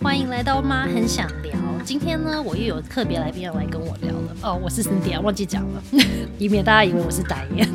欢迎来到妈很想聊。今天呢，我又有特别来宾要来跟我聊了。哦，我是 Cindy，啊忘记讲了， 以免大家以为我是打言。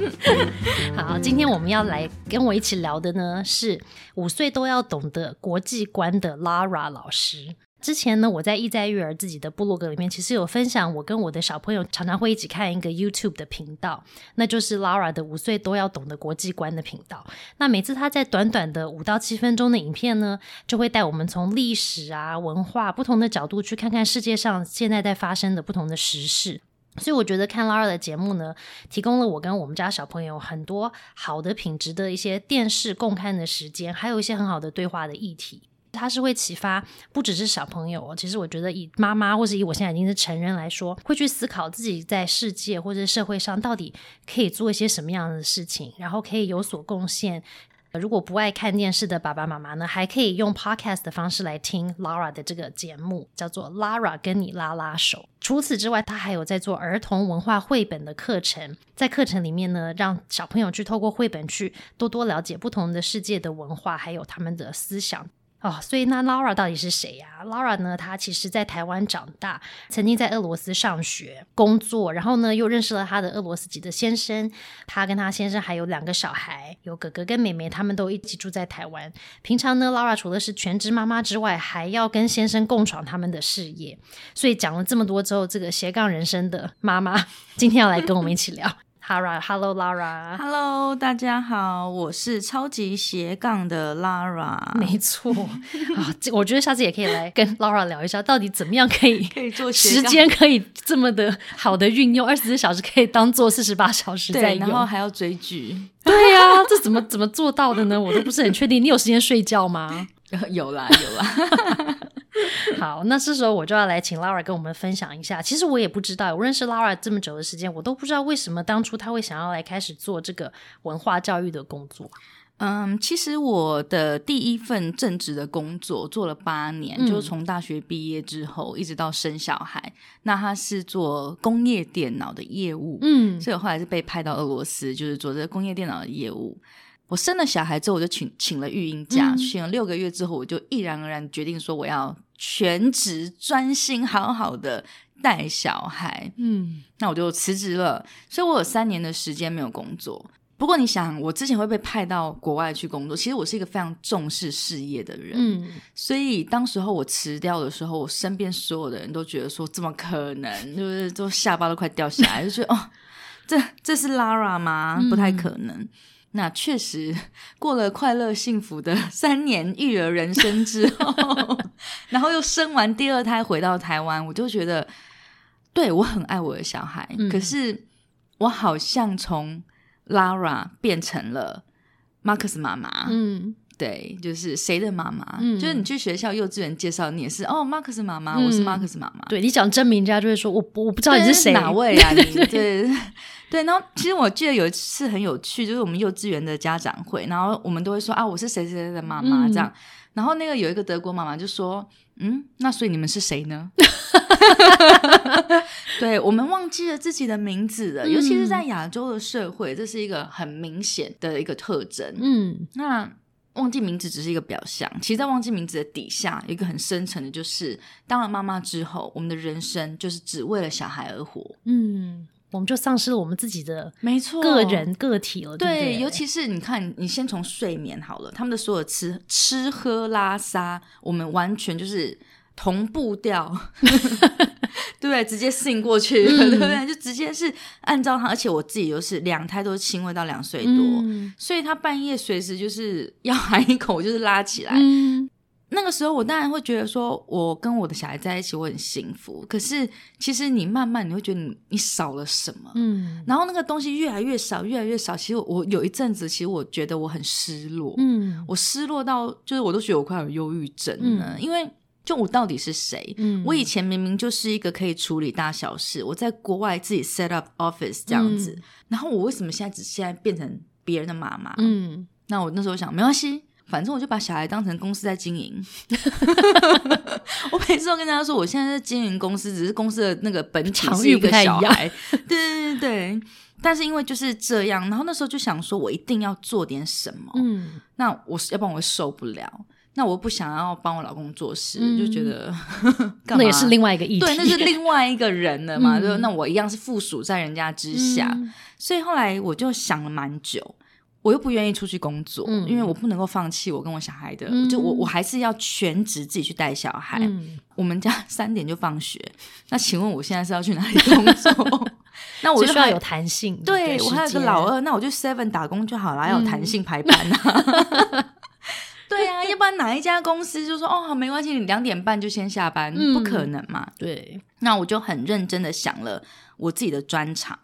好，今天我们要来跟我一起聊的呢，是五岁都要懂得国际观的 Lara 老师。之前呢，我在意在育儿自己的部落格里面，其实有分享，我跟我的小朋友常常会一起看一个 YouTube 的频道，那就是 Lara 的五岁都要懂得国际观的频道。那每次他在短短的五到七分钟的影片呢，就会带我们从历史啊、文化不同的角度去看看世界上现在在发生的不同的时事。所以我觉得看 Lara 的节目呢，提供了我跟我们家小朋友很多好的品质的一些电视共看的时间，还有一些很好的对话的议题。它是会启发不只是小朋友哦，其实我觉得以妈妈或是以我现在已经是成人来说，会去思考自己在世界或者社会上到底可以做一些什么样的事情，然后可以有所贡献。呃如果不爱看电视的爸爸妈妈呢，还可以用 podcast 的方式来听 Lara 的这个节目，叫做 Lara 跟你拉拉手。除此之外，他还有在做儿童文化绘本的课程，在课程里面呢，让小朋友去透过绘本去多多了解不同的世界的文化，还有他们的思想。哦，所以那 Laura 到底是谁呀、l a u r a 呢？她其实在台湾长大，曾经在俄罗斯上学、工作，然后呢又认识了她的俄罗斯籍的先生。她跟她先生还有两个小孩，有哥哥跟妹妹，他们都一起住在台湾。平常呢，Laura 除了是全职妈妈之外，还要跟先生共闯他们的事业。所以讲了这么多之后，这个斜杠人生的妈妈 今天要来跟我们一起聊。Hara，Hello Laura， Hello，大家好，我是超级斜杠的 Lara，没 错啊，这我觉得下次也可以来跟 Laura 聊一下，到底怎么样可以可以做斜时杠间可以这么的好的运用，二十四小时可以当做四十八小时在对，然后用。还要追剧，对呀、这怎么怎么做到的呢？我都不是很确定。你有时间睡觉 吗？ 有啦有啦，好，那这时候我就要来请 Laura 跟我们分享一下。其实我也不知道，我认识 Laura 这么久的时间，我都不知道为什么当初她会想要来开始做这个文化教育的工作。 嗯，其实我的第一份正职的工作做了八年，嗯就是从大学毕业之后一直到生小孩，那他是做工业电脑的业务，嗯所以我后来是被派到俄罗斯，就是做这个工业电脑的业务。我生了小孩之后，我就请请了育婴假，嗯请了六个月之后，我就毅然而然决定说我要全职专心好好的带小孩，嗯那我就辞职了。所以我有三年的时间没有工作。不过你想，我之前会被派到国外去工作，其实我是一个非常重视事业的人，嗯，所以当时候我辞掉的时候，我身边所有的人都觉得说，怎么可能？就是都下巴都快掉下来，就觉得哦，这这是 Lara 吗？不太可能。那确实，过了快乐幸福的三年育儿人生之后，然后又生完第二胎回到台湾，我就觉得，对我很爱我的小孩，嗯可是我好像从 Lara 变成了 Marcus 妈妈，嗯对，就是谁的妈妈？嗯就是你去学校幼稚园介绍，你也是哦，Marcus 妈妈，我是嗯 Marcus 妈妈。对你想证明人家就会说，我不我不知道你对是谁哪位 啊？你对对，然后其实我记得有一次很有趣，就是我们幼稚园的家长会，然后我们都会说啊，我是谁谁谁的妈妈、嗯这样。然后那个有一个德国妈妈就说，嗯，那所以你们是 谁呢？对我们忘记了自己的名字了，尤其嗯是在亚洲的社会，这是一个很明显的一个特征。嗯那忘记名字只是一个表象，其实，在忘记名字的底下，有一个很深层的，就是当了妈妈之后，我们的人生就是只为了小孩而活。嗯，我们就丧失了我们自己的没错个人个体了，对不对，对，尤其是你看，你先从睡眠好了，他们的所有吃吃喝拉撒，我们完全就是同步掉， 对不对？直接信过去了，嗯对不对？就直接是按照他，而且我自己又是两胎都是亲喂到两岁多，嗯所以他半夜随时就是要喊一口，我就是拉起来。嗯那个时候，我当然会觉得说，我跟我的小孩在一起，我很幸福。可是，其实你慢慢你会觉得你你少了什么，嗯然后那个东西越来越少，越来越少。其实我我有一阵子，其实我觉得我很失落，嗯我失落到就是我都觉得我快有忧郁症了，因为就我到底是谁？嗯我以前明明就是一个可以处理大小事，我在国外自己 set up office 这样嗯子，然后我为什么现在只现在变成别人的妈妈？嗯那我那时候想，没关系，反正我就把小孩当成公司在经营。 我每次都跟大家说，我现在在经营公司，只是公司的那个本体场是域一不个太一小样孩。对对对对。但是因为就是这哦样，然后那时候就想说，我一定要做点什么。嗯那我是要不然我会受不了。那我不想要帮我老公做事，嗯就觉得干嘛那也是另外一个议题，对，那是另外一个人了 嘛，嗯就那我一样是附属在人家之下，嗯所以后来我就想了蛮久，我又不愿意出去工作，嗯因为我不能够放弃我跟我小孩的，嗯就我我还是要全职自己去带小孩。嗯我们家 三点就放学，那请问我现在是要去哪里工 作？那我所以就需要还有弹性。对我还有时间嗯个老，二，那我就 Seven 打工就好啦，要有弹性排班啊。 对啊，要不然哪一家公司就说哦，好没关系，你两点半就先下班，嗯不可能嘛。对，那我就很认真的想了我自己的专长。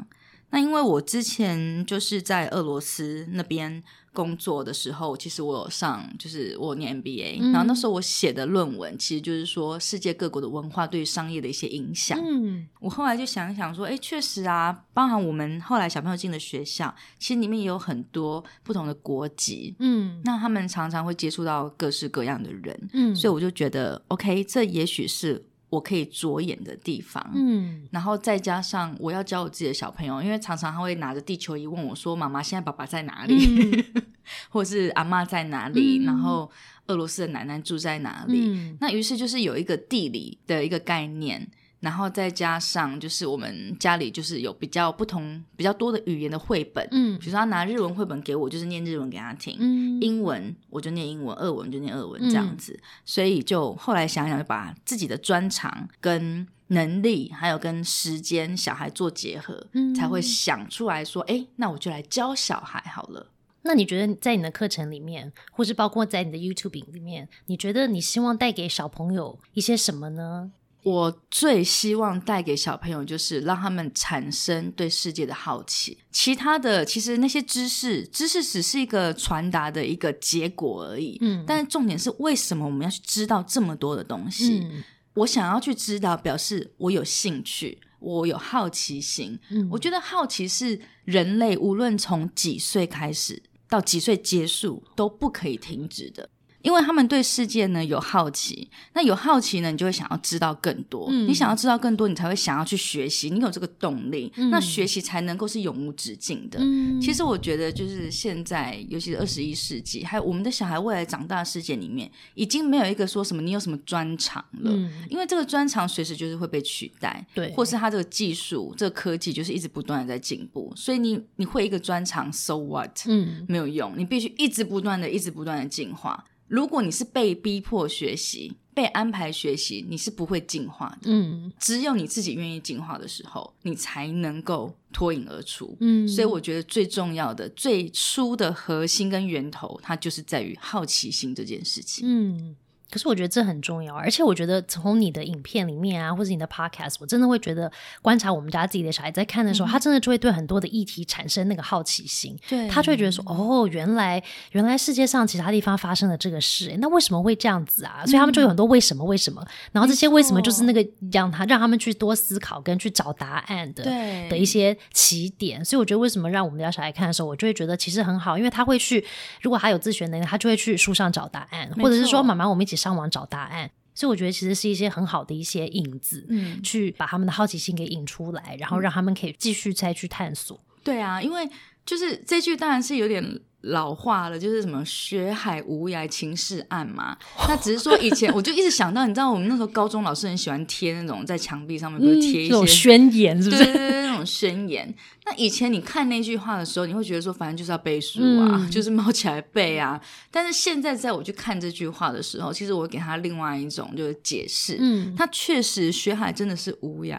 那因为我之前就是在俄罗斯那边工作的时候，其实我有上就是我有念 MBA，、嗯然后那时候我写的论文其实就是说世界各国的文化对于商业的一些影响。嗯我后来就想一想说，哎，确实啊，包含我们后来小朋友进的学校，其实里面也有很多不同的国籍，嗯那他们常常会接触到各式各样的人，嗯，所以以我就觉得，OK，这也许是我可以着眼的地方。嗯然后再加上我要教我自己的小朋友，因为常常他会拿着地球仪问我说：“妈妈，现在爸爸在哪里？” 或是“阿妈在哪里？”嗯然后俄罗斯的奶奶住在哪里？嗯那于是就是有一个地理的一个概念，然后再加上就是我们家里就是有比较不同、比较多的语言的绘本，嗯比如说他拿日文绘本给我，就是念日文给他听。嗯英文我就念英文，俄文就念俄文这样子，所以就后来想想，就把自己的专长跟能力，还有跟时间、小孩做结合，嗯才会想出来说，哎、那我就来教小孩好了。那你觉得在你的课程里面，或是包括在你的 YouTube 影里面，你觉得你希望带给小朋友一些什么呢？我最希望带给小朋友，就是让他们产生对世界的好奇。其他的，其实那些知识，知识只是一个传达的一个结果而已。嗯但重点是，为什么我们要去知道这么多的东西？嗯我想要去知道，表示我有兴趣，我有好奇心。嗯我觉得好奇是人类无论从几岁开始到几岁结束都不可以停止的，因为他们对世界呢有好奇，那有好奇呢，你就会想要知道更多。嗯你想要知道更多，你才会想要去学习，你有这个动力，嗯那学习才能够是永无止境的。嗯其实我觉得，就是现在，尤其是二十一世纪，还有我们的小孩未来长大的世界里面，已经没有一个说什么你有什么专长了，嗯因为这个专长随时就是会被取代，对呃或是它这个技术、这个科技就是一直不断的在进步，所以你你会一个专长，so what，、嗯没有用，你必须一直不断的、一直不断的进化。如果你是被逼迫学习、被安排学习，你是不会进化的。嗯只有你自己愿意进化的时候，你才能够脱颖而出。嗯，所以我觉得最重要的、最初的核心跟源头，它就是在于好奇心这件事情。嗯，可是我觉得这很重要，而且我觉得从你的影片里面啊，或者你的 podcast，我真的会觉得观察我们家自己的小孩在看的时嗯候，他真的就会对很多的议题产生那个好奇心。对他就会觉得说，哦，原来原来世界上其他地方发生了这个事，诶那为什么会这样子啊？所以他们就有嗯很多为什么为什么，然后这些为什么就是那个让他让他们去多思考跟去找答案的。对的一些起点，所以我觉得为什么让我们家小孩看的时候，我就会觉得其实很好，因为他会去，如果他有自学能力，他就会去书上找答案，错或者是说妈妈我们一起上网找答案。所以我觉得其实是一些很好的一些引子，嗯去把他们的好奇心给引出来，然后让他们可以继续再去探索。对啊，因为就是这句当然是有点老化了，就是什么“学海无涯情是岸”嘛。那只是说以前我就一直想到，你知道我们那时候高中老师很喜欢贴那种在墙壁上面不是贴一嗯这些、种宣言是不对是？对对，对那种宣言。那以前你看那句话的时候，你会觉得说，反正就是要背书啊，嗯就是猫起来背啊。但是现在，在我去看这句话的时候，其实我给他另外一种就是解释。嗯他确实，学海真的是无涯。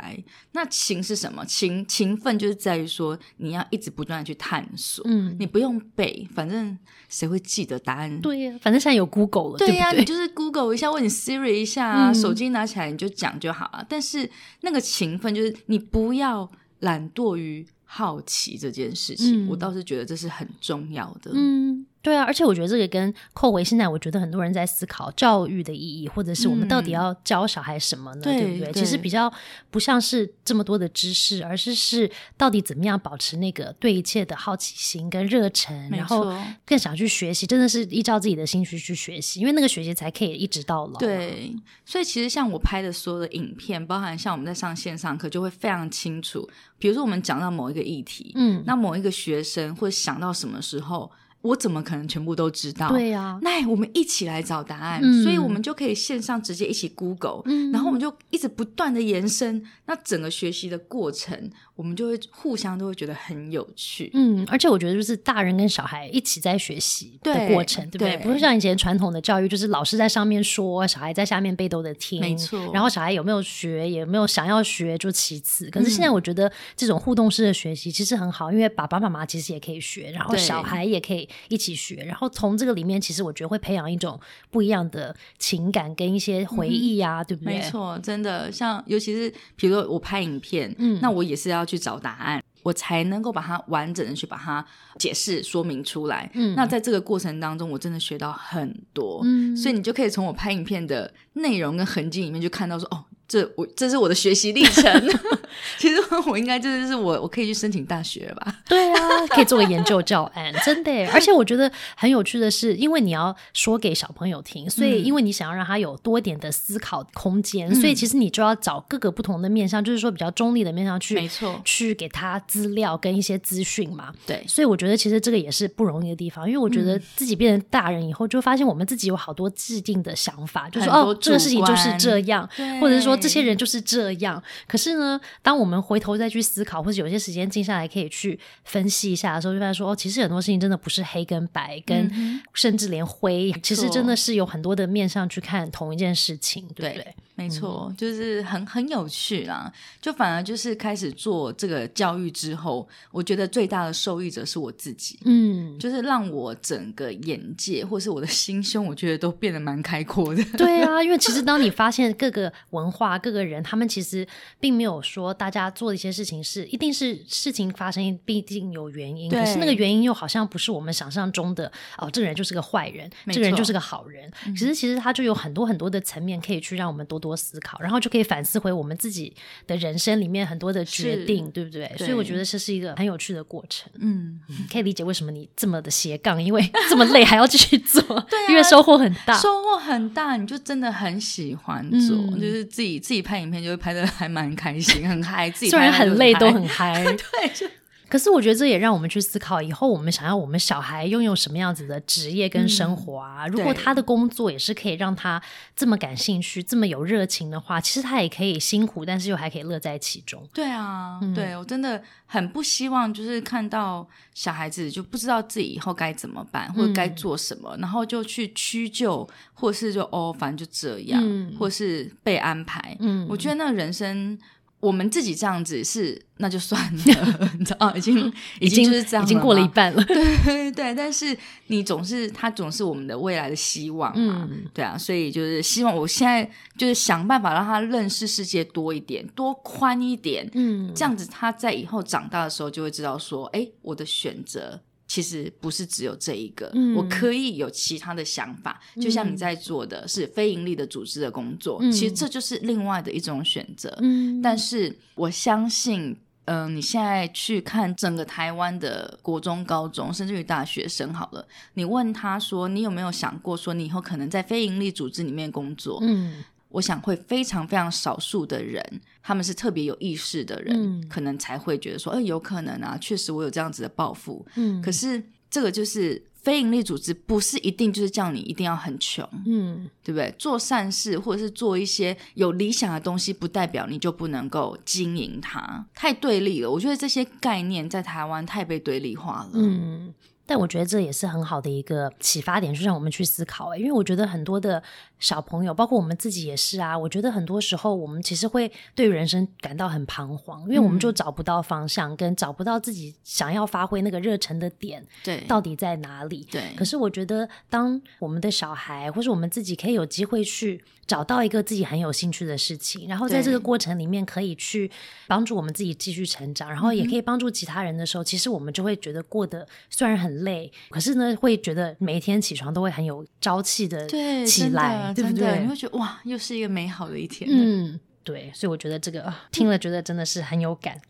那勤是什么？勤勤奋就是在于说，你要一直不断的去探索，嗯，你不用背，反正谁会记得答案？对呀、反正现在有 Google 了，对呀、不你对？就是 Google 一下，问你 Siri 一下啊，嗯手机拿起来你就讲就好了。但是那个勤奋，就是你不要懒惰于好奇这件事情，嗯我倒是觉得这是很重要的。嗯，对啊，而且我觉得这个跟扣回现在，我觉得很多人在思考教育的意义，或者是我们到底嗯要教小孩什么呢？对对不对？其实对比较不像是这么多的知识，而是是到底怎么样保持那个对一切的好奇心跟热忱，没然后错更想去学习，真的是依照自己的兴趣去学习，因为那个学习才可以一直到老。，对，所以其实像我拍的所有的影片，包含像我们在上线上课，就会非常清楚。比如说我们讲到某一个议题，嗯，那某一个学生会想到什么时候，我怎么可能全部都知道？对啊呀、那我们一起来找答案，嗯所以我们就可以线上直接一起 Google，、嗯然后我们就一直不断的延伸，那整个学习的过程，我们就会互相都会觉得很有趣。嗯，而且我觉得就是大人跟小孩一起在学习的对过程，对不对？对不是像以前传统的教育，就是老师在上面说，小孩在下面被动的听，没错然后小孩有没有学，有没有想要学就其次。可是嗯现在我觉得这种互动式的学习其实很好，因为爸爸妈妈其实也可以学，然后对小孩也可以一起学，然后从这个里面，其实我觉得会培养一种不一样的情感跟一些回忆啊，对不对？嗯没错，真的，像尤其是比如说我拍影片，嗯那我也是要去找答案，我才能够把它完整的去把它解释说明出来。嗯那在这个过程当中，我真的学到很多，嗯所以你就可以从我拍影片的内容跟痕迹里面就看到说，哦，这我这是我的学习历 程。 其实我应该就是是我我可以去申请大学了吧？对啊，可以做个研究 教案，真的 耶。而且我觉得很有趣的是，因为你要说给小朋友听，所以嗯因为你想要让他有多一点的思考空间，所以其实你就要找各个不同的面向，就是说比较中立的面向去，没错去给他资料跟一些资讯嘛。对，所以我觉得其实这个也是不容易的地方，因为我觉嗯得自己变成大人以后，就发现我们自己有好多制定的想法，就说很多哦，这个事情就是这样主观，或者是说这些人就是这样。可是呢，当我们回头再去思考，或者有些时间静下来可以去分析一下的时候，就发现说哦，其实很多事情真的不是黑跟白，跟嗯甚至连灰，其实真的是有很多的面向去看同一件事情，对不对？没错，嗯就是很很有趣啦。就反而就是开始做这个教育之后，我觉得最大的受益者是我自己，嗯。就是让我整个眼界或是我的心胸，我觉得都变得蛮开阔的。 对啊，因为其实当你发现各个文化、各个人，他们其实并没有说大家做的一些事情是一定是事情发生必定有原因，对可是那个原因又好像不是我们想象中的哦，这个人就是个坏人，没这个人错嗯就是个好人。其实其实他就有很多很多的层面可以去让我们多多思考，然后就可以反思回我们自己的人生里面很多的决是定，对不对？所以我觉得这是一个很有趣的过程，嗯，可以理解为什么你这么的斜杠，因为这么累还要继续做， 对啊因为收获很大。收获很大，你就真的很喜欢做，嗯就是自己自己拍影片就会拍的还蛮开心，很嗨，自己虽然拍得很累，嗨都很嗨， 对，就可是我觉得这也让我们去思考，以后我们想要我们小孩拥有什么样子的职业跟生活啊？如果对他的工作也是可以让他这么感兴趣、这么有热情的话，其实他也可以辛苦，但是又还可以乐在其中。对啊，嗯对我真的很不希望，就是看到小孩子就不知道自己以后该怎么办，嗯或者该做什么，然后就去屈就，或是就哦，反正就这样，嗯或是被安排。嗯我觉得那人生。我们自己这样子是那就算 了，你知道，已经已经就是这样已经了过了嘛一半了。对对，但是你总是他总是我们的未来的希望嘛，嗯对啊，所以就是希望我现在就是想办法让他认识世界多一点，多宽一点，嗯，这样子他在以后长大的时候就会知道说，哎，我的选择。其实不是只有这一个，嗯我可以有其他的想法。就像你在做的是非盈利的组织的工作，嗯其实这就是另外的一种选择。嗯，但是我相信，嗯、你现在去看整个台湾的国中、高中，甚至于大学生好了，你问他说，你有没有想过说，你以后可能在非营利组织里面工作？嗯我想会非常非常少数的人，他们是特别有意识的人，嗯可能才会觉得说，呃，有可能啊，确实我有这样子的抱负。嗯，可是这个就是。非营利组织不是一定就是叫你一定要很穷，嗯对不对？做善事或者是做一些有理想的东西，不代表你就不能够经营它，太对立了。我觉得这些概念在台湾太被对立化了。，嗯，但我觉得这也是很好的一个启发点，就让我们去思考、欸。因为我觉得很多的小朋友，包括我们自己也是啊，我觉得很多时候我们其实会对人生感到很彷徨，因为我们就找不到方向，跟找不到自己想要发挥那个热忱的点对，到底在哪里。对，可是我觉得，当我们的小孩或是我们自己可以有机会去找到一个自己很有兴趣的事情，然后在对这个过程里面可以去帮助我们自己继续成长，然后嗯也可以帮助其他人的时候，其实我们就会觉得过得虽然很累，可是呢，会觉得每一天起床都会很有朝气的对，起真的来，对不真的，对你会？觉得哇，又是一个美好的一天。，嗯，对，所以我觉得这个啊，听了觉得真的是很有 感。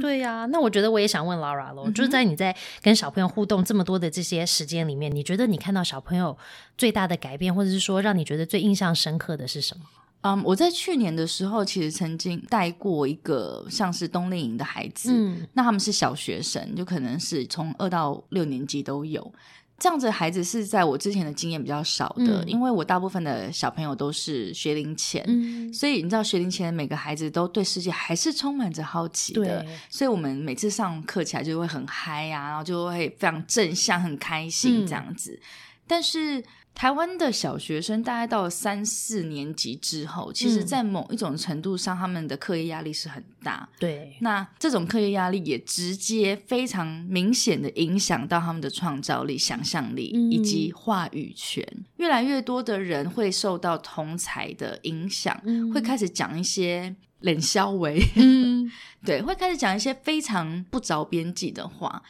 对呀、那我觉得我也想问 Lara 咯，就是在你在跟小朋友互动这么多的这些时间里面，你觉得你看到小朋友最大的改变，或者是说让你觉得最印象深刻的是什么？嗯，我在去年的时候，其实曾经带过一个像是冬令营的孩子，嗯那他们是小学生，就可能是从二到六年级都有。这样子的孩子是在我之前的经验比较少嗯的，因为我大部分的小朋友都是学龄前，嗯，所以你知道学龄前每个孩子都对世界还是充满着好奇的对，所以我们每次上课起来就会很嗨呀、然后就会非常正向、很开心嗯这样子。但是台湾的小学生大概到了三四年级之后，其实，嗯在某一种程度上，他们的课业压力是很大。对，那这种课业压力也直接非常明显的影响到他们的创造力、想象力嗯以及话语权。越来越多的人会受到同才的影响，嗯会开始讲一些冷笑话， 嗯，对，会开始讲一些非常不着边际的话。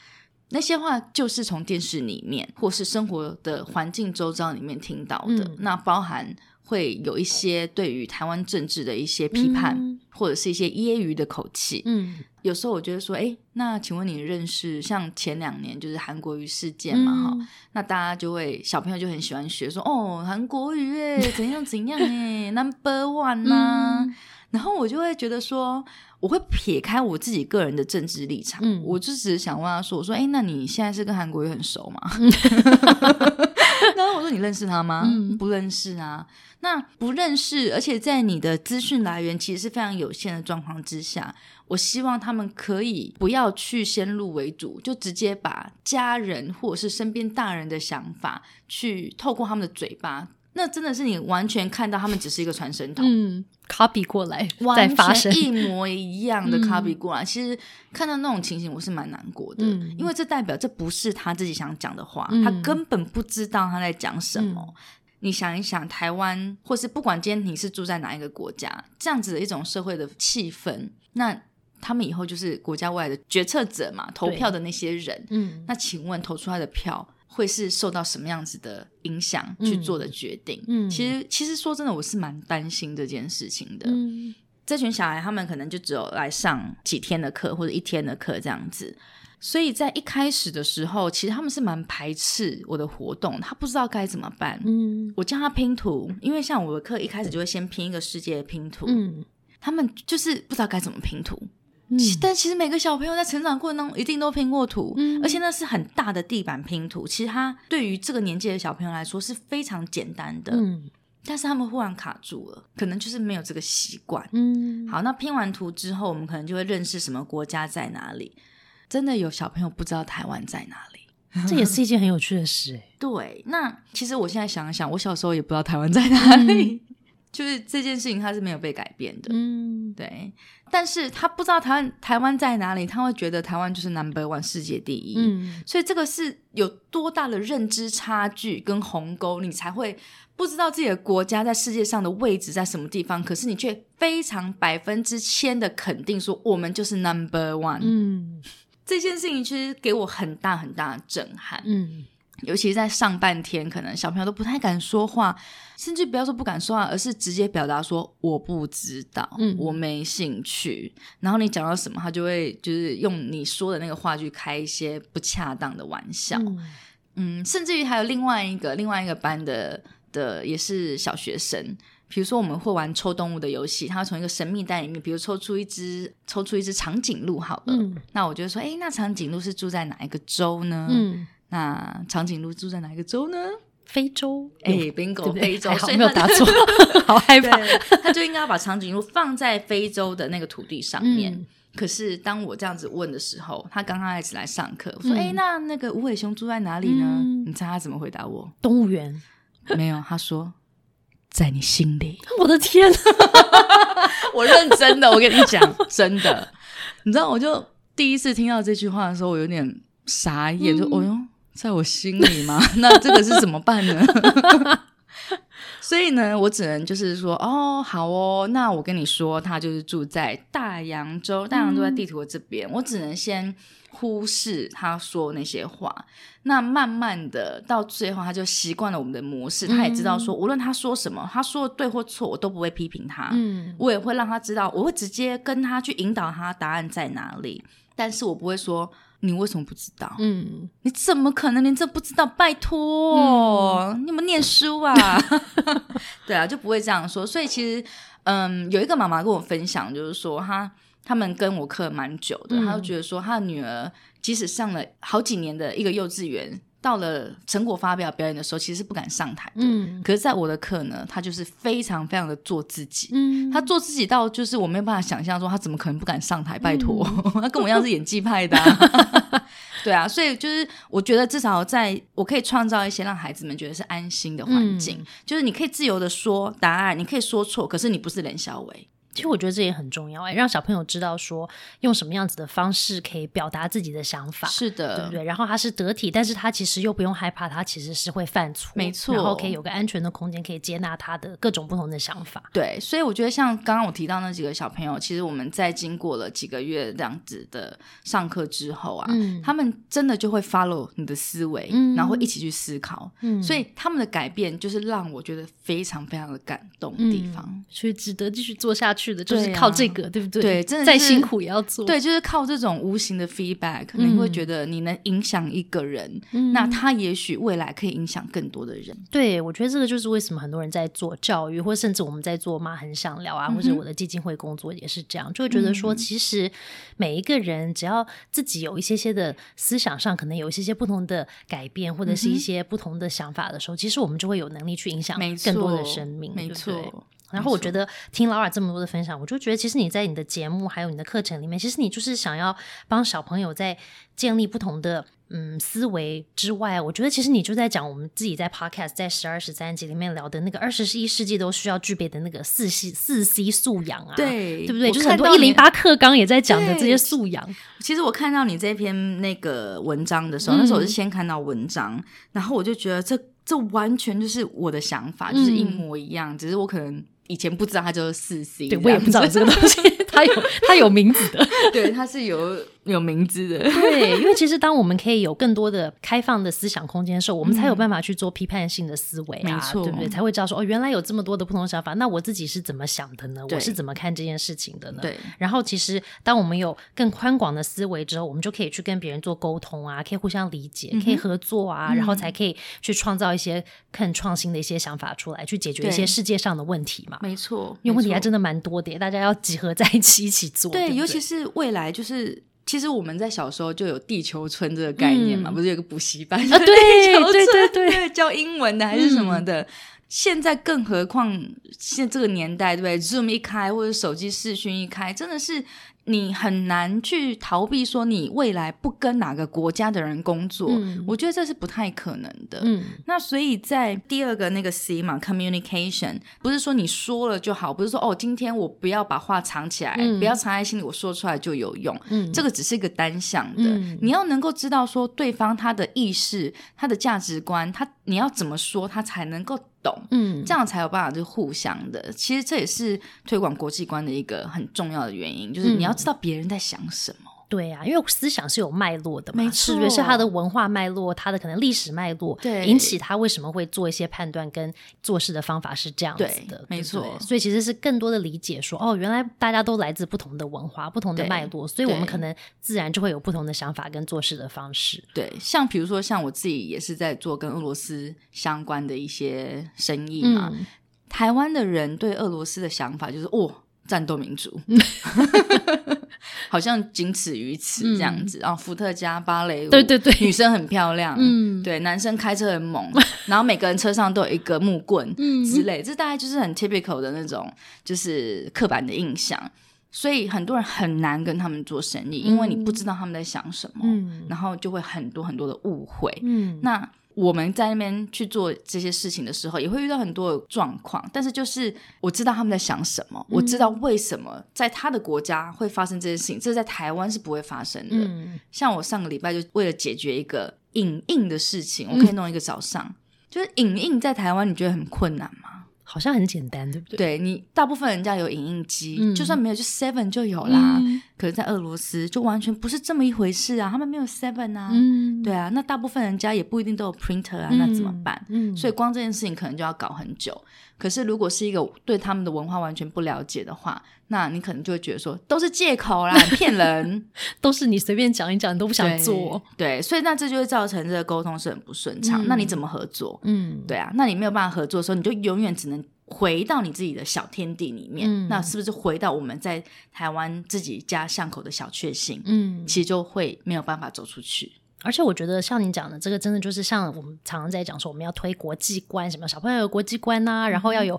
那些话就是从电视里面或是生活的环境周遭里面听到的，嗯那包含会有一些对于台湾政治的一些批判，嗯或者是一些揶揄的口气。 嗯，有时候我就会说，哎，那请问你认识像前两年就是韩国瑜事件嘛？哈、嗯那大家就会小朋友就很喜欢学说，哦，韩国瑜哎，怎样怎样哎 ，Number One 啊呐、嗯然后我就会觉得说，我会撇开我自己个人的政治立场，嗯我就只是想问他说，我说，哎，那你现在是跟韩国瑜很熟吗？ 然后我说你认识他吗？嗯不认识啊。那不认识，而且在你的资讯来源其实是非常有限的状况之下，我希望他们可以不要去先入为主，就直接把家人或者是身边大人的想法去透过他们的嘴巴。那真的是你完全看到他们只是一个传声筒，嗯，copy 过来再完发生全，一模一样的嗯 copy 过来。其实看到那种情形，我是蛮难过的，嗯因为这代表这不是他自己想讲的话，嗯他根本不知道他在讲什么。你想一想，台湾或是不管今天你是住在哪一个国家，这样子的一种社会的气氛，那他们以后就是国家未来的决策者嘛，投对票的那些人， 嗯那请问投出来的票会是受到什么样子的影响去做的决定？嗯其实其实说真的，我是蛮担心这件事情的。嗯这群小孩他们可能就只有来上几天的课或者一天的课这样子。所以在一开始的时候，其实他们是蛮排斥我的活动，他不知道该怎么办。嗯我教他拼图，因为像我的课一开始就会先拼一个世界的拼图，嗯他们就是不知道该怎么拼图。嗯其但其实每个小朋友在成长过程当中一定都拼过图，嗯而且那是很大的地板拼图。其实它对于这个年纪的小朋友来说是非常简单的，嗯但是他们忽然卡住了，可能就是没有这个习惯。嗯，好，那拼完图之后，我们可能就会认识什么国家在哪里。真的有小朋友不知道台湾在哪里。这也是一件很有趣的事哎，对，那其实我现在想一想，我小时候也不知道台湾在哪 里，就是这件事情它是没有被改变的。嗯，对，但是他不知道台湾台湾在哪里，他会觉得台湾就是 number one 世界第一。嗯所以这个是有多大的认知差距跟鸿沟，你才会不知道自己的国家在世界上的位置在什么地方，可是你却非常百分之千的肯定说我们就是 number one、嗯这件事情其实给我很大很大的震撼，嗯尤其在上半天，可能小朋友都不太敢说话，甚至不要说不敢说话，而是直接表达说我不知道，嗯我没兴趣。然后你讲到什么，他就会就是用你说的那个话去开一些不恰当的玩笑。嗯嗯，甚至于还有另外一个另外一个班的的也是小学生。比如说，我们会玩抽动物的游戏，他会从一个神秘袋里面，比如抽出一只抽出一只长颈鹿，好了，嗯那我就会说，哎，那长颈鹿是住在哪一个州呢？，嗯，那长颈鹿住在哪一个州呢？非洲哎有对，bingo，不对非洲，还好所以没有答他就错，， 好害怕，对，他就应该要把长颈鹿放在非洲的那个土地上面。嗯可是当我这样子问的时候，他刚刚开始来上课，我说：“嗯哎、那那个无尾熊住在哪里呢？”嗯你猜他怎么回答我？动物园， 没有，他说。在你心里，我的天，啊 我认真的，我跟你讲， 真的，你知道，我就第一次听到这句话的时候，我有点傻眼，就嗯哦哟，在我心里吗？ 那这个是怎么办呢？ 所以呢，我只能就是说，哦，好哦，那我跟你说，他就是住在大洋洲，大洋洲在地图的这边，我只能先忽视他说那些话。那慢慢的到最后，他就习惯了我们的模式，他也知道说，无论他说什么，他说的对或错，我都不会批评他。嗯我也会让他知道，我会直接跟他去引导他答案在哪里，但是我不会说你为什么不知道？嗯，你怎么可能连这不知道？拜托，嗯你有没有念书啊？ 对啊，就不会这样说。所以其实，嗯，有一个妈妈跟我分享，就是说她他们跟我课蛮久的，嗯她就觉得说她的女儿即使上了好几年的一个幼稚园，到了成果发表表演的时候，其实是不敢上台的。嗯可是，在我的课呢，他就是非常非常的做自己。嗯，他做自己到就是我没有办法想象说他怎么可能不敢上台，拜托，嗯 他跟我一样是演技派的、啊， 对啊，所以就是我觉得至少在我可以创造一些让孩子们觉得是安心的环境，嗯就是你可以自由的说答案，你可以说错，可是你不是冷小伟，其实我觉得这也很重要、哎，让小朋友知道说用什么样子的方式可以表达自己的想法。是对不的，对？然后他是得体，但是他其实又不用害怕，他其实是会犯错，没错然后可以有个安全的空间，可以接纳他的各种不同的想法。对，所以我觉得像刚刚我提到那几个小朋友，其实我们在经过了几个月这样子的上课之后啊，嗯他们真的就会 follow 你的思维，嗯然后会一起去思考，嗯所以他们的改变就是让我觉得非常非常的感动的地方。嗯所以值得继续做下去的，就对是啊靠这个，对不对？对真的再是辛苦也要做。对，就是靠这种无形的 feedback，嗯你会觉得你能影响一个人，嗯，那他也许未来可以影响更多的人。对我觉得这个就是为什么很多人在做教育，或甚至我们在做妈很想聊啊，嗯哼或者我的基金会工作也是这样，就会觉得说，嗯其实每一个人只要自己有一些些的思想上可能有一些些不同的改变，或者是一嗯哼些不同的想法的时候，其实我们就会有能力去影响没错，更多的生命，没对不对错。然后我没错觉得听劳尔这么多的分享，我就觉得其实你在你的节目还有你的课程里面，其实你就是想要帮小朋友在建立不同的嗯思维之外，我觉得其实你就在讲我们自己在 podcast 在十二十三集里面聊的那个二十一世纪都需要具备的那个四 C 四 C 素养啊，对，对不对？我就是很看多到一你零。八课纲也在讲的对这些素养，其实我看到你这篇那个文章的时候，嗯那时候我是先看到文章，然后我就觉得这这完全就是我的想法，就是一嗯模一样，只是我可能以前不知道它就是四 C，对我也不知道这个东东西， 它有它有名字的。西， 对，它是有有名字的，对，因为其实当我们可以有更多的开放的思想空间的时候，我们才有办法去做批判性的思维啊没，错对不对？才会知道说哦，原来有这么多的不同的想法，那我自己是怎么想的呢？对我是怎么看这件事情的呢？对，然后，其实当我们有更宽广的思维之后，我们就可以去跟别人做沟通啊，可以互相理解，嗯可以合作啊，然后才可以去创造一些更创新的一些想法出来，去解决一些对世界上的问题嘛。没错，因为问题没错还真的蛮多的耶，大家要集合在一起一起做。对不对，对，尤其是未来就是。其实我们在小时候就有地球村这个概念嘛，嗯不是有个补习班啊对地球村对 对对嗯对，教英文的还是什么的。现在更何况现这个年代，对不对？Zoom 一开或者手机视讯一开，真的是你很难去逃避说你未来不跟哪个国家的人工作，嗯我觉得这是不太可能的。嗯那所以在第二个那个 C 嘛，communication，不是说你说了就好，不是说哦，今天我不要把话藏起来，嗯不要藏在心里，我说出来就有用。嗯，这个个只是一个单向的，嗯你要能够知道说对方他的意识、他的价值观，他你要怎么说，他才能够懂，嗯这样才有办法就互相的。其实这也是推广国际观的一个很重要的原因，嗯就是你要知道别人在想什么。对啊，因为思想是有脉络的嘛，没是错不是是他的文化脉络，他的可能历史脉络，对引起他为什么会做一些判断跟做事的方法是这样子对的，对没不对错所以其实是更多的理解说，哦，原来大家都来自不同的文化、不同的对脉络，所以我们对可能自然就会有不同的想法跟做事的方式。对，像比如说像我自己也是在做跟俄罗斯相关的一些生意嘛，嗯台湾的人对俄罗斯的想法就是哦，战斗民 族，好像仅此于此这样子。然后伏特加、芭蕾嗯舞，对对对女生很漂亮，嗯对，男生开车很猛，然后每个人车上都有一个木棍，嗯之类，这大概就是很 typical 的那种，就是刻板的印象。所以很多人很难跟他们做生意，因为你不知道他们在想什么，嗯然后就会很多很多的误会。嗯那我们在那边去做这些事情的时候，也会遇到很多的状况，但是就是我知道他们在想什么，嗯我知道为什么在他的国家会发生这件事情，这在台湾是不会发生的。嗯像我上个礼拜就为了解决一个影印的事情，我可以弄一个早上。嗯就是影印在台湾，你觉得很困难吗？好像很简单，对不对？对你，大部分人家有影印机，嗯就算没有，就 Seven 就有啦。嗯可是，在俄罗斯就完全不是这么一回事啊，他们没有 Seven 啊。嗯，对啊，那大部分人家也不一定都有 printer 啊，那怎么办？嗯，所以以光这件事情可能就要搞很久。可是如果是一个对他们的文化完全不了解的话，那你可能就会觉得说都是借口啦，骗人，都是你随便讲一讲，你都不 想做。对。对，所以那这就会造成这个沟通是很不顺畅。嗯那你怎么合作？嗯，对啊，那你没有办法合作的时候，你就永远只能回到你自己的小天地里面。嗯那是不是回到我们在台湾自己家巷口的小确幸？嗯，其实就会没有办法走出去。而且我觉得像你讲的，这个真的就是像我们常常在讲说，我们要推国际观，什么小朋友有国际观呐、然后要有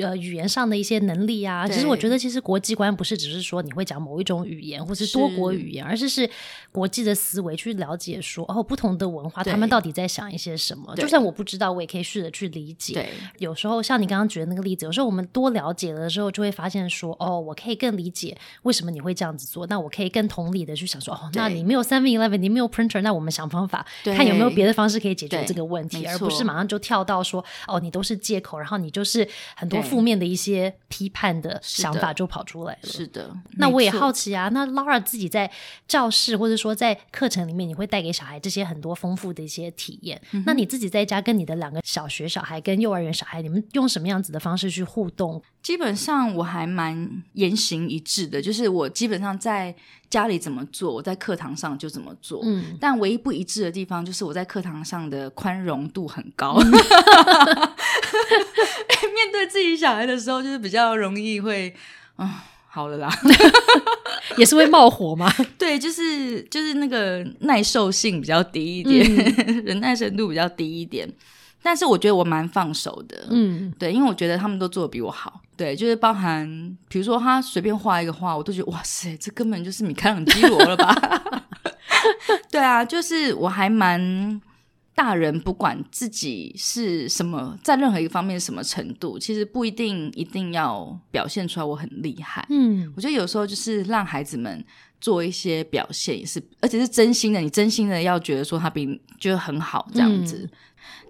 呃语言上的一些能力啊。嗯对其实我觉得，其实国际观不是只是说你会讲某一种语言或是是多国语言，而是是国际的思维去了解说哦，不同的文化对他们到底在想一些什么。对就算我不知道，我也可以试着去理解。对，有时候像你刚刚举的那个例子，有时候我们多了解了之后，就会发现说，哦，我可以更理解为什么你会这样子做。那我可以更同理的去想说，哦，对那你没有 Seven Eleven，你没有 printer，那我们想方法对看有没有别的方式可以解决对这个问没题，错而不是马上就跳到说，哦，你都是借口，然后你就是很多对负面的一些批判的是想的法就跑出来了。是的。那我也没错好奇啊，那 Laura 自己在教室或者说在课程里面，你会带给小孩这些很多丰富的一些体验。那你自己在家跟你的两个小学小孩跟幼儿园小孩，你们用什么样子的方式去互动？基本上我还蛮言行一致的，就是我基本上在家里怎么做，我在课堂上就怎么做。嗯，但唯一不一致的地方就是我在课堂上的宽容度很 高， 面对自己小孩的时候，就是比较容易会，嗯，好了啦， 也是会冒火吗？对，就是就是那个耐受性比较低一点，嗯 忍耐深度比较低一点。但是我觉得我蛮放手的， 嗯，对，因为我觉得他们都做的比我好。对，就是包含，比如说他随便画一个画，我都觉得哇塞，这根本就是米开朗基罗了吧？ 对啊，就是我还蛮大人，不管自己是什么，在任何一个方面是什么程度，其实不一定一定要表现出来我很厉害。嗯，我觉得有时候就是让孩子们做一些表现，也是而且是真心的，你真心的要觉得说他比你就是很好这样子。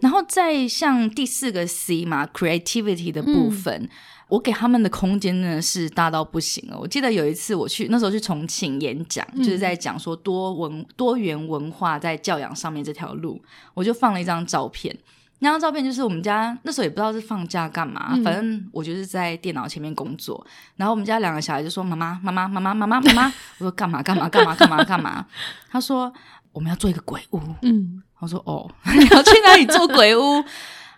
然后再像第四个 C 嘛，creativity 的部分。我给他们的空间呢是大到不行了。我记得有一次我去那时候去重庆演讲，就是在讲说多文多元文化在教养上面这条路，我就放了一张照片。那张照片就是我们家那时候也不知道是放假干嘛，反正我就是在电脑前面工作，然后我们家两个小孩就说：“妈妈，妈妈，妈妈，妈妈，妈妈。”我说：“干嘛？干嘛？干嘛？干嘛？干嘛？”他说：“我们要做一个鬼屋。”嗯，我说：“哦， 你要去哪里做鬼屋？”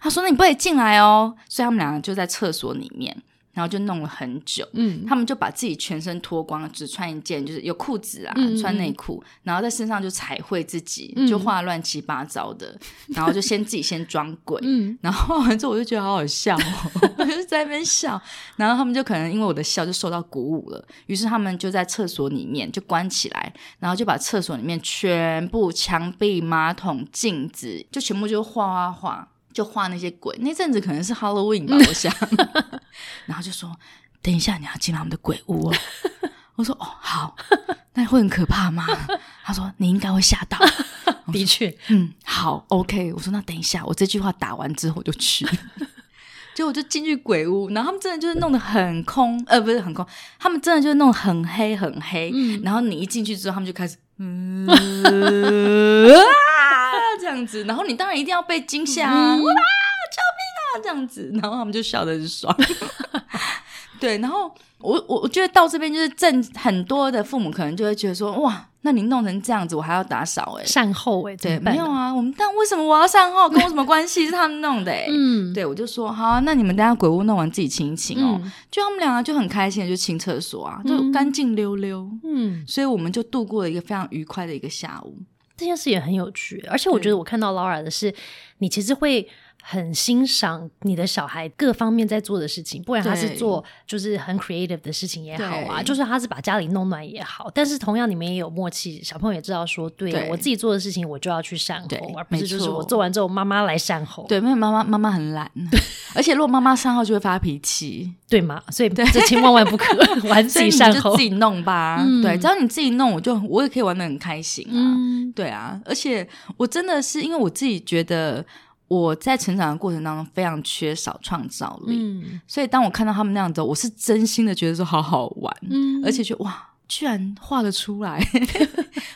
他说：“那你不可以进来哦。”所以他们两个就在厕所里面，然后就弄了很久。嗯，他们就把自己全身脱光了，只穿一件，就是有裤子啊，嗯嗯穿内裤，然后在身上就彩绘自己，嗯就画乱七八糟的，然后就先自己先装鬼，嗯，然后画完之后我就觉得好好笑、哦，我就在那边笑，然后他们就可能因为我的笑就受到鼓舞了，于是他们就在厕所里面就关起来，然后就把厕所里面全部墙壁、马桶、镜子就全部就画画画，就画那些鬼。那阵子可能是 Halloween 吧，我想，然后就说等一下你要进他们的鬼屋、哦。 我说哦好，那会很可怕吗？他说你应该会吓到。的确，嗯，好，OK。我说那等一下，我这句话打完之后我就去。 结果我就进去鬼屋，然后他们真的就是弄得很空，呃，不是很空，他们真的就是弄得很黑很黑。然后你一进去之后，他们就开 始，嗯、啊，这样子，然后你当然一定要被惊吓啊，哇、救命啊，这样子，然后他们就笑得很爽。 对，然后我我我觉得到这边就是正很多的父母可能就会觉得说，哇，那你弄成这样子，我还要打扫哎、善后哎、怎对，么办没有啊，我们但为什么我要善后，跟我什么关系？是 他们弄的、欸。嗯，对，我就说好啊、那你们等下鬼屋弄完自己清一清哦。嗯就他们两个就很开心的就清厕所啊，就嗯干净溜溜。嗯，所以我们就度过了一个非常愉快的一个下午。这件事也很有趣，而且我觉嗯得我看到 Laura 的是，你其实会很欣赏你的小孩各方面在做的事情，不管他是对做就是很 creative 的事情也好啊，对就算他是把家里弄乱也好，但是同样你们也有默契，小朋友也知道说，对对我自己做的事情我就要去善对后，而不是没就是错我做完之后妈妈来善后，对，因为妈妈妈妈很懒， 而且如果妈妈善后就会发脾气，对吗？所以这千万万不 可玩自所己以你善就后自。己弄吧。嗯对，只要你自己弄，我就我也可以玩的很开心啊。嗯对啊，而且我真的是因为我自己觉得我在成长的过程当中非常缺少创造力，嗯所以当我看到他们那样子，我是真心的觉得说好好玩，嗯而且觉得哇，居然画得出来，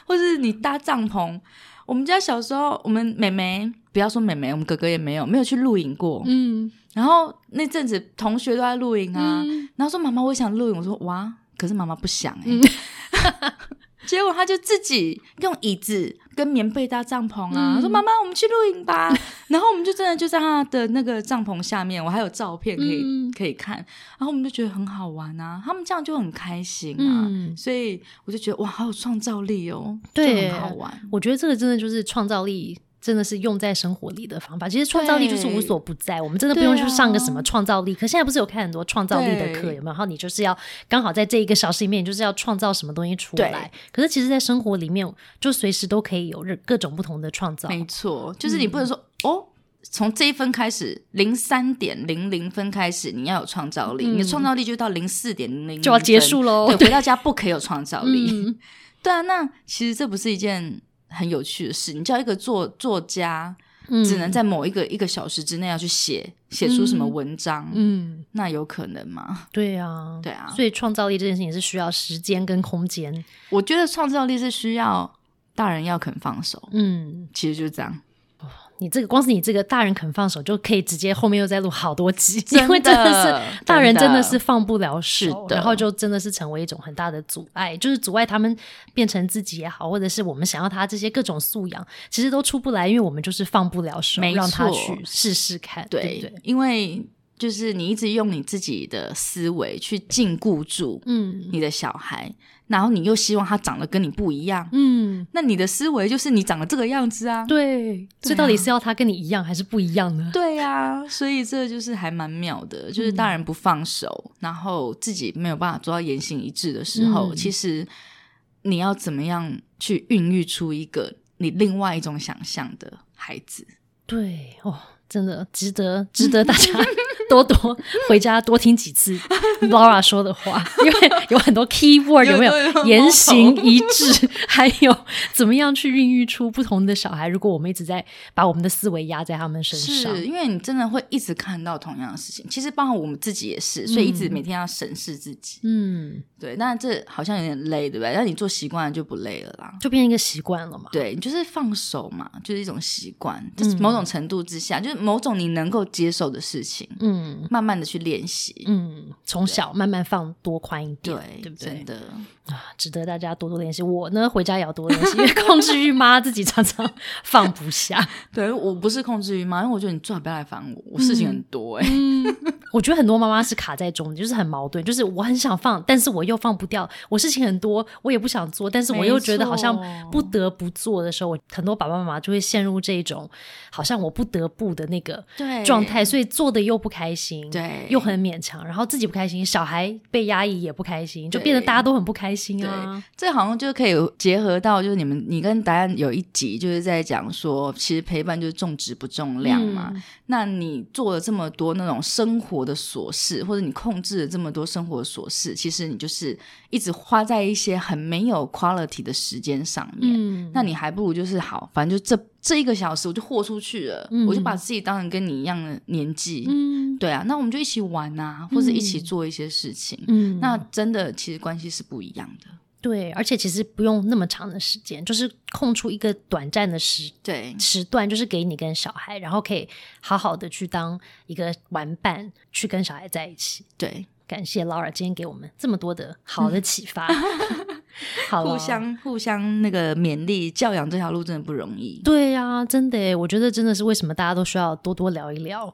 或是你搭帐篷。我们家小时候，我们妹妹不要说妹妹，我们哥哥也没有没有去露营过。嗯然后那阵子同学都在露营啊，嗯然后说妈妈我也想露营，我说哇，可是妈妈不想哎、欸 结果他就自己用椅子跟棉被搭帐篷啊，嗯说妈妈，我们去露营吧。 然后我们就真的就在他的那个帐篷下面，我还有照片可以、嗯可以看。然后我们就觉得很好玩啊，他们这样就很开心啊。嗯，所以我就觉得哇，好有创造力哦，对就很好玩。我觉得这个真的就是创造力。真的是用在生活里的方法，其实创造力就是无所不在，我们真的不用去上个什么创造力课。现在不是有开很多创造力的课，啊对有没有？然后你就是要刚好在这一个小时里面，你就是要创造什么东西出来。可是其实，在生活里面，就随时都可以有任各种不同的创造。没错，就是嗯你不能说、哦。从这一分开始，零三点零零分开始，你要有创造力，你的创造力就到零四点零零嗯就要结束喽 对，回到家不可以有创造 力。嗯，对啊，那其实这不是一件很有趣的事。你叫一个作作家，嗯只能在某一个一个小时之内要去写写出什么文章，嗯，那有可能吗？对啊，对啊所以创造力这件事情是需要时间跟空间。我觉得创造力是需要大人要肯放手，嗯，其实就这样。你这个光是你这个大人肯放手，就可以直接后面又再录好多集，的因为真的是大人真的是真放不了手，是的然后就真的是成为一种很大的阻碍，就是阻碍他们变成自己也好，或者是我们想要他这些各种素养，其实都出不来，因为我们就是放不了手，没让他错去试试看，对对，不对？因为就是你一直用你自己的思维去禁锢住嗯你的小孩，然后你又希望他长得跟你不一样，嗯，那你的思维就是你长得这个样子啊。对，这对到底啊是要他跟你一样还是不一样呢？对呀、所以这就是还蛮妙的，就是嗯大人不放手，然后自己没有办法做到言行一致的时候，嗯其实你要怎么样去孕育出一个你另外一种想象的孩子？对哦，真的值得，值得大 家多多回家多听几次 Laura 说的话，因为有很多 key word 有有没有有有言行一致，还有怎么样去孕育出不同的小孩。如果我们一直在把我们的思维压在他们身上，是因为你真的会一直看到同样的事情，其实包括我们自己也是，所以一直每天要审视自己。嗯，对，那这好像有点累，对不对？但你做习惯了就不累了啦。就变成一个习惯了嘛。对，你就是放手嘛，就是一种习惯，就是某种程度之下，就是某种你能够接受的事情。嗯慢慢的去练习。嗯，从小慢慢放多宽一点，对，对不对真？的，啊，值得大家多多练习。我呢，回家也要多练习，因为控制欲妈自己常常 放不下。对我不是控制欲嘛，因为我觉得你最好不要来烦我，我事情很多哎、 我觉得很多妈妈是卡在中间，就是很矛盾，就是我很想放，但是我又放不掉，我事情很多，我也不想做，但是我又觉得好像没错不得不做的时候，我很多爸爸妈妈就会陷入这种好像我不得不的那个对状态，所以做的又不开心，对又很勉强，然后自己不开心，小孩被压抑也不开心，就对变得大家都很不开心对啊。，这好像就可以结合到，就是你们你跟答案有一集就是在讲说，其实陪伴就是重质不重量嘛。嗯那你做了这么多那种生活的琐事，或者你控制了这么多生活的琐事，其实你就是一直花在一些很没有 quality 的时间上面。嗯，那你还不如就是好，反正就这这一个小时我就豁出去了，嗯我就把自己当成跟你一样的年纪，嗯对啊，那我们就一起玩啊，或者一起做一些事情。嗯，那真的，其实关系是不一样的。对，而且其实不用那么长的时间，就是空出一个短暂的时对，时段，就是给你跟小孩，然后可以好好的去当一个玩伴，去跟小孩在一起。对，感谢劳尔今天给我们这么多的好的启 发，好咯互相互相那个勉励教养这条路真的不容易。对呀、真的耶，我觉得真的是为什么大家都需要多多聊一聊。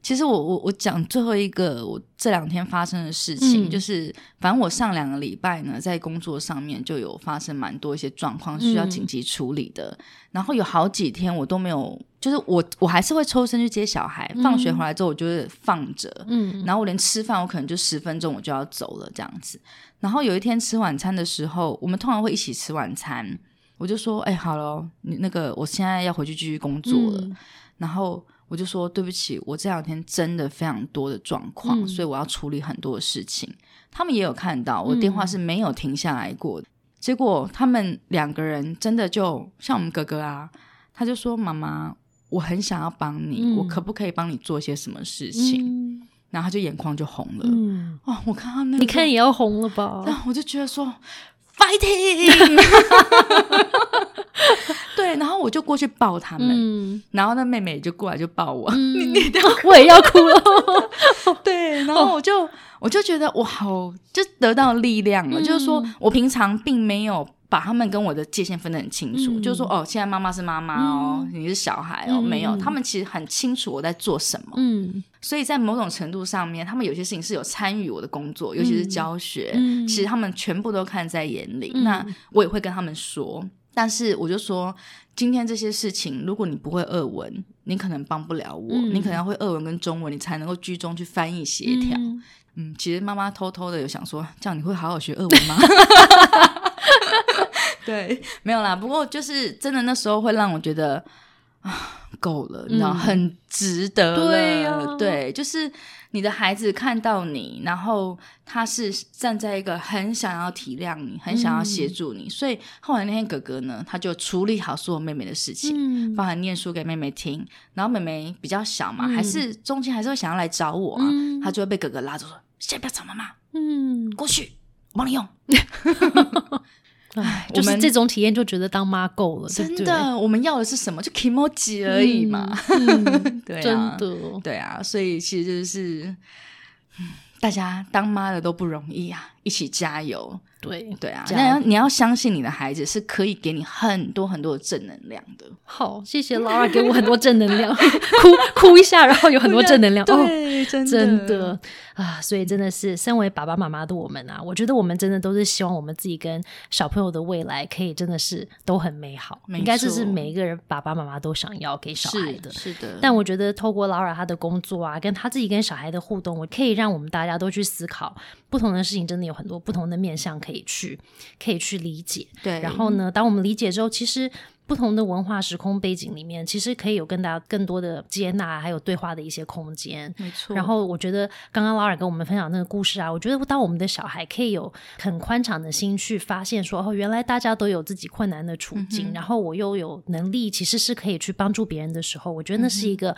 其实我我我讲最后一个我这两天发生的事情，嗯就是反正我上两个礼拜呢，在工作上面就有发生蛮多一些状况需要紧嗯急处理的，然后有好几天我都没有，就是我我还是会抽身去接小孩，放学回来之后我就会放着，嗯然后我连吃饭我可能就十分钟我就要走了这样子，然后有一天吃晚餐的时候，我们通常会一起吃晚餐，我就说，哎、好了，你那个我现在要回去继续工作了。嗯然后我就说对不起，我这两天真的非常多的状况，嗯所以我要处理很多的事情。他们也有看到我嗯电话是没有停下来过的，结果他们两个人真的就像我们哥哥啊，他就说妈妈。我很想要帮你，嗯我可不可以帮你做些什么事情？然后他就眼眶就红了。嗯，哦，我看到那个，你看也要红了吧？然后我就觉得说 fighting，对，然后我就过去抱他们，嗯，然后那妹妹就过来就抱我，嗯 你你的 我也要哭了。 对，然后我嗯就、我就觉得我好就得到力量了，就是说我平常并没有把他们跟我的界限分得很清楚，嗯就是说哦，现在妈妈是妈妈哦，你是小孩哦，嗯没有，嗯他们其实很清楚我在做什么，嗯所以在某种程度上面，他们有些事情是有参与我的工作，尤其是教学，嗯其实他们全部都看在眼里。嗯那我也会跟他们说，但是我就说，今天这些事情，如果你不会俄文，你可能帮不了我，嗯你可能要会俄文跟中文，你才能够居中去翻译协调。嗯嗯，其实妈妈偷偷的有想说，这样你会好好学俄 文吗？对，没有啦。不过就是真的那时候会让我觉得啊，够了，你知道，嗯很值得了。对啊对，就是你的孩子看到你，然后他是站在一个很想要体谅你，很想要嗯协助你，所以后来那天哥哥呢，他就处理好所有妹妹的事情。嗯包含念书给妹妹听，然后妹妹比较小嘛，嗯还是中间还是会想要来找我啊，嗯她就会被哥哥拉住说：“先不要找妈妈，嗯，过去，我帮你用。哎，我就是们这种体验就觉得当妈够了，”对真不的，我们要的是什么？就 i m o j i 而已 嘛。 嗯嗯对真啊，的，对啊，所以其实就是。嗯大家当妈的都不容易啊，一起加油！对，对啊，加那油要你要相信你的孩子是可以给你很多很多的正能量的，好，谢谢 Laura 给我很多正能 量，哭哭一下，然后有很多正能量，哦。对，真的真的啊，所以真的是身为爸爸妈妈的我们啊，我觉得我们真的都是希望我们自己跟小朋友的未来可以真的是都很美好，没应该这是错每一个人爸爸妈妈都想要给小孩的是。是的，但我觉得透过 Laura 她的工作啊，跟她自己跟小孩的互动，我可以让我们大家都去思考不同的事情，真的有很多不同的面向可以去可以去理解。对，然后呢，当我们理解之后，其实不同的文化时空背景里面，其实可以有更大更多的接纳，还有对话的一些空间。没错，然后我觉得刚刚劳尔跟我们分享那个故事啊，我觉得当我们的小孩可以有很宽敞的心去发现说，哦，原来大家都有自己困难的处境，然后我又有能力，其实是可以去帮助别人的时候，我觉得那是一个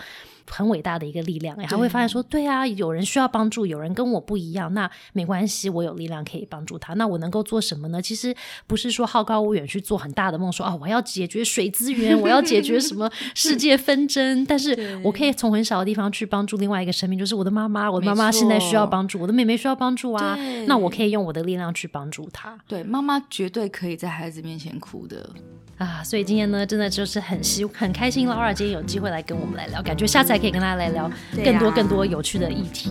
很伟大的一个力量。欸他会发现说，对啊，有人需要帮助，有人跟我不一样，那没关系，我有力量可以帮助他。那我能够做什么呢？其实不是说好高骛远去做很大的梦，说啊、我要解决水资源，我要解决什么世界纷争，但是我可以从很小的地方去帮助另外一个生命，就是我的妈妈，我的妈妈没错现在需要帮助，我的妹妹需要帮助啊对，那我可以用我的力量去帮助她。对，妈妈绝对可以在孩子面前哭的。啊，所以今天呢，真的就是很希很开心，Laura 今天有机会来跟我们来聊，感觉下次还可以跟大家来聊对更多啊更多有趣的议题。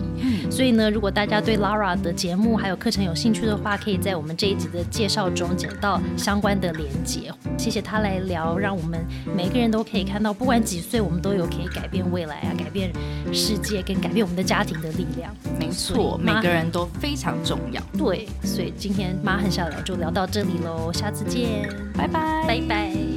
所以呢，如果大家对 Laura 的节目还有课程有兴趣的话，可以在我们这一集的介绍中找到相关的连接。谢谢她来聊，让我们每个人都可以看到，不管几岁，我们都有可以改变未来啊，改变世界跟改变我们的家庭的力量。没所错，以每妈个人都非常重要。对，所以今天妈很想聊就聊到这里喽，下次见，拜拜，拜拜